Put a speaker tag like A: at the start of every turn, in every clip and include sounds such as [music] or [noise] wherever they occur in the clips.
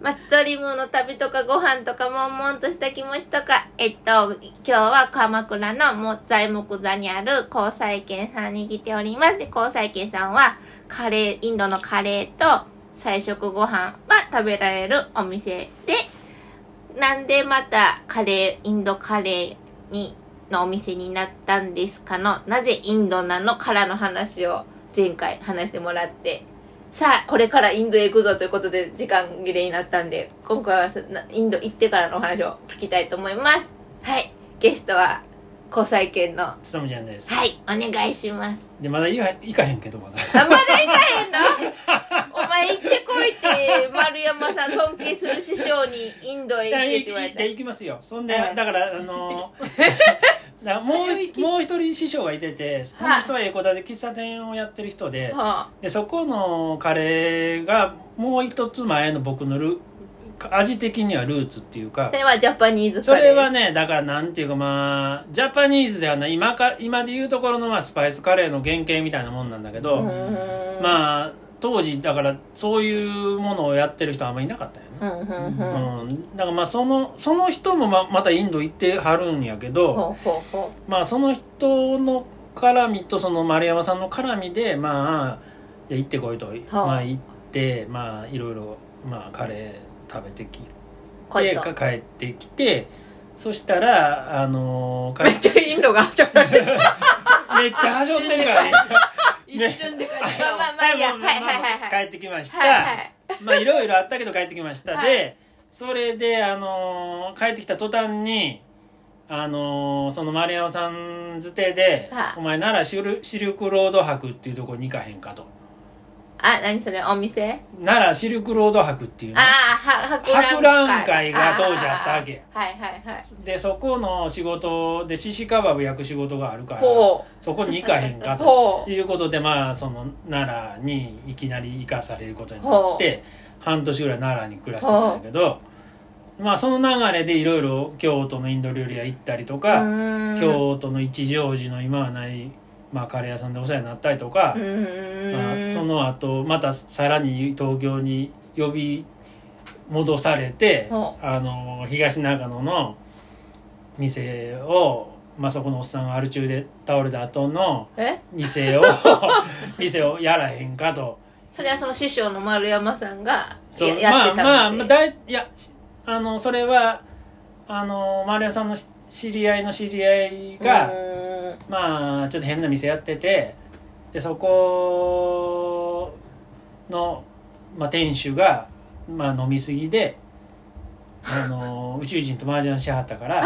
A: 松取物旅とかご飯とか悶々とした気持ちとか、えっと、今日は鎌倉のも材木座にある交際圏さんに来ております。で、交際圏さんは、カレー、インドのカレーと、菜食ご飯が食べられるお店で、なんでまたカレー、インドカレーに、のお店になったんですかの、なぜインドなのからの話を前回話してもらって、さあ、これからインドへ行くぞということで時間切れになったんで、今回はそなインド行ってからのお話を聞きたいと思います。はい。ゲストは、交際圏の、は
B: つとみちゃんです、
A: い、お願いします。
B: でまだいかいかへんけどまだ
A: あ、まだ行かへんのお前行ってこいって、丸山さん尊敬する師匠にインドへ
B: い
A: 行
B: や
A: けっ
B: い
A: て言われた
B: や。行きますよそんで、
A: ええ
B: だからあの
A: [laughs]
B: ーだからもう一もう一人師匠がいててその人は横田で喫茶店をやってる人で
A: は
B: でそこのカレーがもう一つ前の僕のル味的にはルーツっていう
A: あ、
B: か
A: それはジャパニーズ
B: そ
A: カレ
B: れ
A: ー。
B: はねだからなんていうかまあジャパニーズではない今か今でいうところのまあスパイスカレーの原型みたいなもんなんだけど、
A: うん
B: まあ当時だからそういうものをやってる人はあんまりいなかったよね、
A: うんうんうん
B: うん、だからまあそのその人もままたインド行ってはるんやけど、
A: ほうほうほ
B: まあその人の絡みとその丸山さんの絡みでまあいや行ってこいと、まあ行ってまあいろいろまあカレー食べてき
A: う。こい
B: て
A: と
B: か。帰ってきてそしたらあのー
A: め
B: 帰
A: っちゃインドが走られてる。
B: めっちゃはしょってるからね
C: 一瞬で帰っち
A: ま
C: ゃ
A: あ
C: う
A: まあまあいい
B: [laughs]
A: や。はいはいはいはい。
B: 帰ってきました、
A: はいはい。
B: まあいろいろあったけど帰ってきました、
A: はい
B: でそれで、あのー帰ってきた途端に、あのーその丸山さんづてで「
A: はい
B: お前ならシルシルクロード博っていうとこに行かへんか」と
A: あ、何それお店
B: 「ならシルクロード博っていう
A: あ
B: の
A: あ、は、
B: 博覧会が当時あったわけ
A: あーはいはいはい。
B: でそこの仕事でシシカバブ焼く仕事があるから
A: ほ
B: そこに行かへんか
A: う。
B: と。
A: ほう。
B: いうことでまあその奈良にいきなり行かされることになって半年ぐらい奈良に暮らしてたんだけどまあその流れでいろいろ京都のインド料理屋行ったりと
A: う
B: か、
A: ーん。
B: 京都の一乗寺の今はない、まあ、カレー屋さんでお世話になったりとか
A: う、
B: ま
A: ー
B: あ
A: ん。
B: その後またさらに東京に呼び戻されて
A: ほ
B: あの東中野の店を、まあ、そこのおっさんがアル中で倒れた後の。
A: え
B: [laughs] 店を店をやらへんかと
A: それはその師匠の丸山さんが
B: そう
A: ややってた
B: まあ
A: ん
B: ま
A: で
B: あ
A: す
B: だいいやしあのそれはあの丸山さんのし知り合いの知り合いが、まあちょっと変な店やっててでそこの、まあ、店主が、まあ、飲みすぎであ
A: [laughs]
B: の宇宙人と麻雀しはったから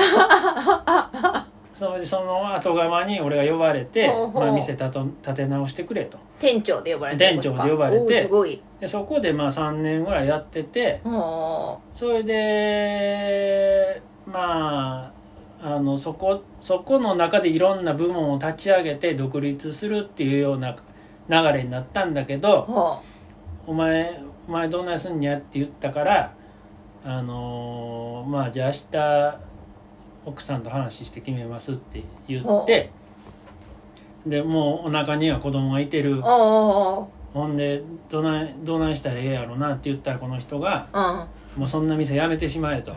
B: そのその後釜に俺が呼ばれて、
A: ほうほう
B: まあ、店たと立て直してくれと。
A: 店長で呼ばれてるんすか
B: 店長で呼ばれて
A: おーすごい。
B: でそこでまあ3年ぐらいやってて
A: ほ
B: それでまああのそこそこの中でいろんな部門を立ち上げて独立するっていうような流れになったんだけ
A: う。
B: ど
A: ほ
B: 「お前お前どんなやすんにゃ?」って言ったから「あのーまあじゃあ明日奥さんと話して決めます」って言ってでもうお腹には子供がいて
A: う。
B: る
A: おーお
B: ほんでどないどないしたらええやろなって言ったらこの人が
A: ーおー。うん。
B: 「もうそんな店やめてしまえと」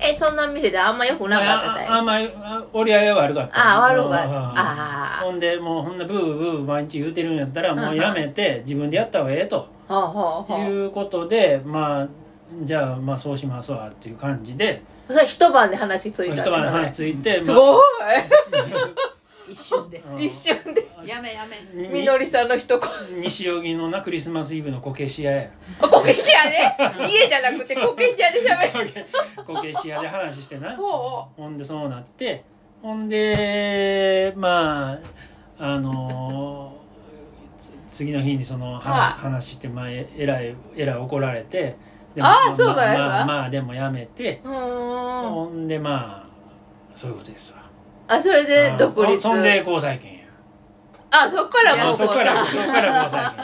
A: え、そんな店であんま良くなかった
B: あ
A: タイプ
B: ああんまりあ折り合いが悪かった
A: あ悪かった
B: うんうんうん
A: あー
B: ほんでもうほんなブーブーブー毎日言うてるんやっ
A: [laughs]
B: たらもうやめて自分でやった方がええと
A: ほうほうほ。
B: いううことでまあじゃあまあそうしますわっていう感じで
A: それ一晩で話ついた
B: 一
A: の
B: 晩話ついて、
A: すご
C: [laughs] 一瞬で
B: まあ
A: い一瞬で。
B: うん
C: やめやめ
B: に
A: みのりさんの一言。
B: 西荻野なクリスマスイブのこけし屋
A: [laughs]
B: や
A: あこけし屋ね。家じゃなくてこけし屋で喋る。
B: こけし屋で話して
A: [laughs]
B: な
A: ほうほ
B: ほんでそうなってほんでまああのーつ次の日にその話,、
A: はい
B: 話して、まあ、ええらいえらい怒られてで
A: あー
B: ま
A: そうだよ
B: まあま
A: な
B: あ、まあでもやめて、
A: う。うーん。
B: ほんでまあそういうことですわ
A: あ、それで
B: うん
A: 独立。
B: そそんで交際権や
A: あ、そっからも
B: あ
A: う
B: そっ
A: こ
B: か
A: う
B: ら
A: さ。
B: そっから交際権え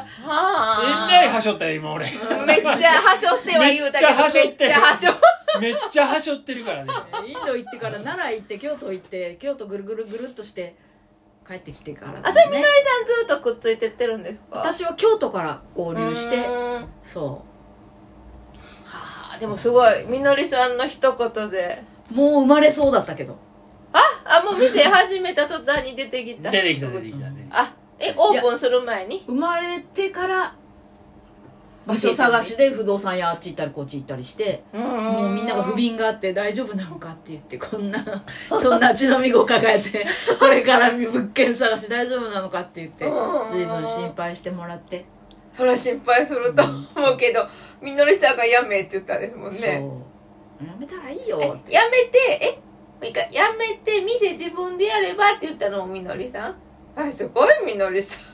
B: らい
A: は
B: はしょったよ
A: [laughs]
B: 今俺
A: あ。めっちゃはしょっては言うたけど、
B: めっちゃはしょって
A: めっちゃはしょ。
B: めっちゃはしょってるからね
C: インド行ってから奈良行って京都行って京都ぐるぐるぐるっとして帰ってきてから、ね、
A: あ、それみのりさんずっとくっついてってるんですか
C: 私は京都から合流して
A: うーん
C: そ
A: はああでもすごいみのりさんの一言で
C: もう生まれそうだったけど
A: あもう店始めた途端に出てきた
B: 出てきた出てきたね
A: あえオープンする前に
C: 生まれてから場所探しで不動産屋あっち行ったりこっち行ったりしても
A: も
C: うみんなが不憫があって大丈夫なのかって言ってこんなそんな血のみを抱え [laughs] てこれから物件探し大丈夫なのかって言って
A: うん
C: 随分心配してもらって
A: それは心配すると思うけどみのりさんがやめって言ったんですもん
C: そう
A: ね
C: やめたらいいよ
A: え
C: って
A: やめてえもう一回やめて店自分でやればって言ったのもみのりさんあすごいみのりさん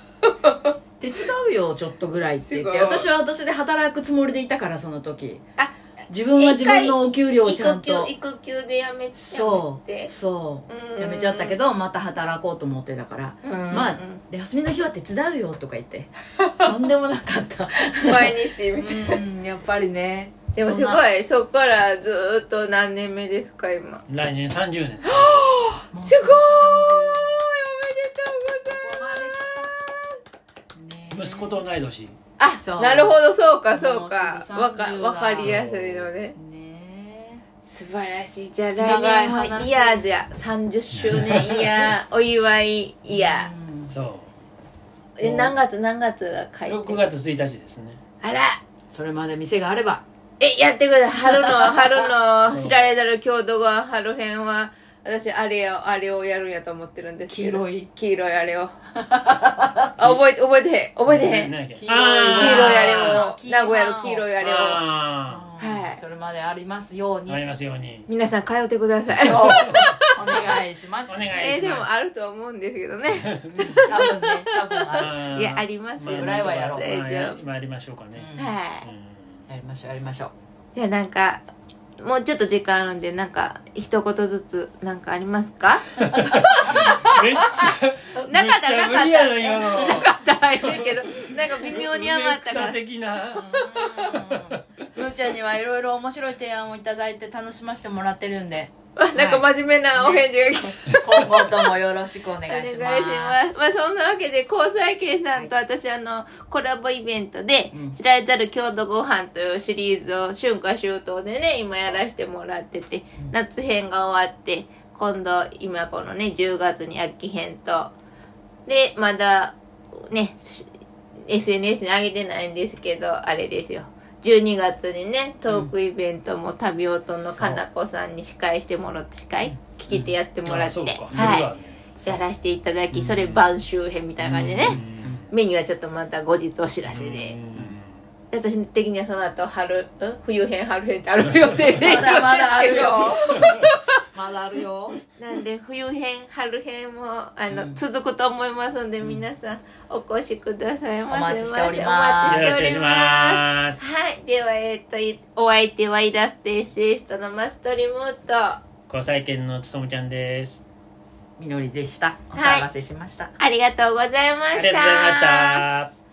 C: 手伝うよちょっとぐらいって言っ
A: すご
C: て
A: い
C: 私は私で働くつもりでいたからその時
A: あ
C: 自分は自分のお給料をちゃん
A: 育休
C: と
A: 育休でやめて
C: そう
A: やめて
C: そう
A: うん
C: やめちゃったけどまた働こうと思ってたから
A: うん
C: まあで休みの日は手伝うよとか言って
A: [laughs]
C: とんでもなかった
A: 毎日みたいな
C: うんやっぱりね
A: でもすごいそこからずーっと何年目ですか今
B: 来年30年
C: もう
A: すごーいおめでと
C: ねえ
B: 息子と同い年
A: うございます
C: そ
A: あ
C: う
A: なるほどそうかそう
C: も
A: か
C: うすぐ30
A: わかわかりやすいのね
C: ね
A: 素晴らしいじゃあ来
C: 長い
A: 年は
C: 話
A: イヤーじゃ30周年イヤーお祝い
C: え
A: イヤ
C: うん
B: そ
A: ーえ何月何月が書
B: う
A: いて
B: 6
A: る
B: 月1日ですね
A: あら
C: それまで店があれば
A: えやってください春の春の
B: そう
A: 知られざる郷土が春編は私あれをあれをやるんやと思ってるんです
C: 黄
A: けど
C: 色い
A: 黄色いあれをあ覚えて覚えてへん覚えてへん
B: な
A: 黄
B: いけど
C: 黄
B: あー
A: 色いあれ
C: あ
A: を
C: ー
A: 名古屋の黄色いあれを
B: あ
A: はい
C: それまでありますように
B: ーありますように
A: 皆さん通ってください
C: そうお願いします
B: お願いします
A: えーでもあると思うんですけどね
C: [laughs] うん多分ね多分ある
B: あー
A: いやありますよ
B: まあ
C: ぐらいはやろう
B: まあ
A: 大丈夫
B: まあやりましょうかね
C: うん
A: はい
B: うん
C: やりましょうやりましょう
A: じゃあなんかもうちょっと時間あるんでなんか一言ずつなんかありますか
B: めっちゃ
A: なかった
B: め
A: な
B: っちゃ
A: か
B: 無
A: っ
B: 理やな今の
A: たなかった [laughs] らいいけどなんか微妙に余ったか
B: 梅
A: ら
B: 草的な
C: むーちゃんにはいろいろ面白い提案をいただいて楽しませてもらってるんで
A: なんか真面目なお返事が来た
C: 今後ともよろしくお願
A: お願
C: い
A: い
C: し
A: し
C: ます
A: ます。まあそんなわけで、交際系さんと私、あの、コラボイベントで
C: うん、
A: 知られざる郷土ご飯というシリーズを春夏秋冬でね、今やらせてもらってて、
C: ん
A: 夏編が終わって、今度、今このね、10月に秋編と、で、まだ、ね、し SNS に上げてないんですけど、あれですよ。12月にね、トークイベントも旅音のかなこさんに司会してもらって、司会聞き手やってもらって。
B: そうかそれ
A: はい。
B: はね
A: やらせていただき、それ晩秋編みたいな感じでね、
B: うん
A: メニューはちょっとまた後日お知らせ
B: う
A: で、
B: ん
A: 私的にはその後春、うん、冬編春編ってある予定で
C: [laughs] まだまだあるよまだあるよ
A: [laughs] なんで冬編春編もあの、
C: うん
A: 続くと思いますので皆さんお越しくださいませ
C: お待ちしております
A: お
B: よろ
A: 待ち
B: しくお
A: しており
B: 願いし
A: ます
B: ます
A: はいではえっ、といお相手はイラストエッセイストのマストリムート
B: 交際犬のつとむちゃんです
C: みのりでしたお
A: はい
C: 騒がせしました、
A: ありがとうございました
B: ありがとうございました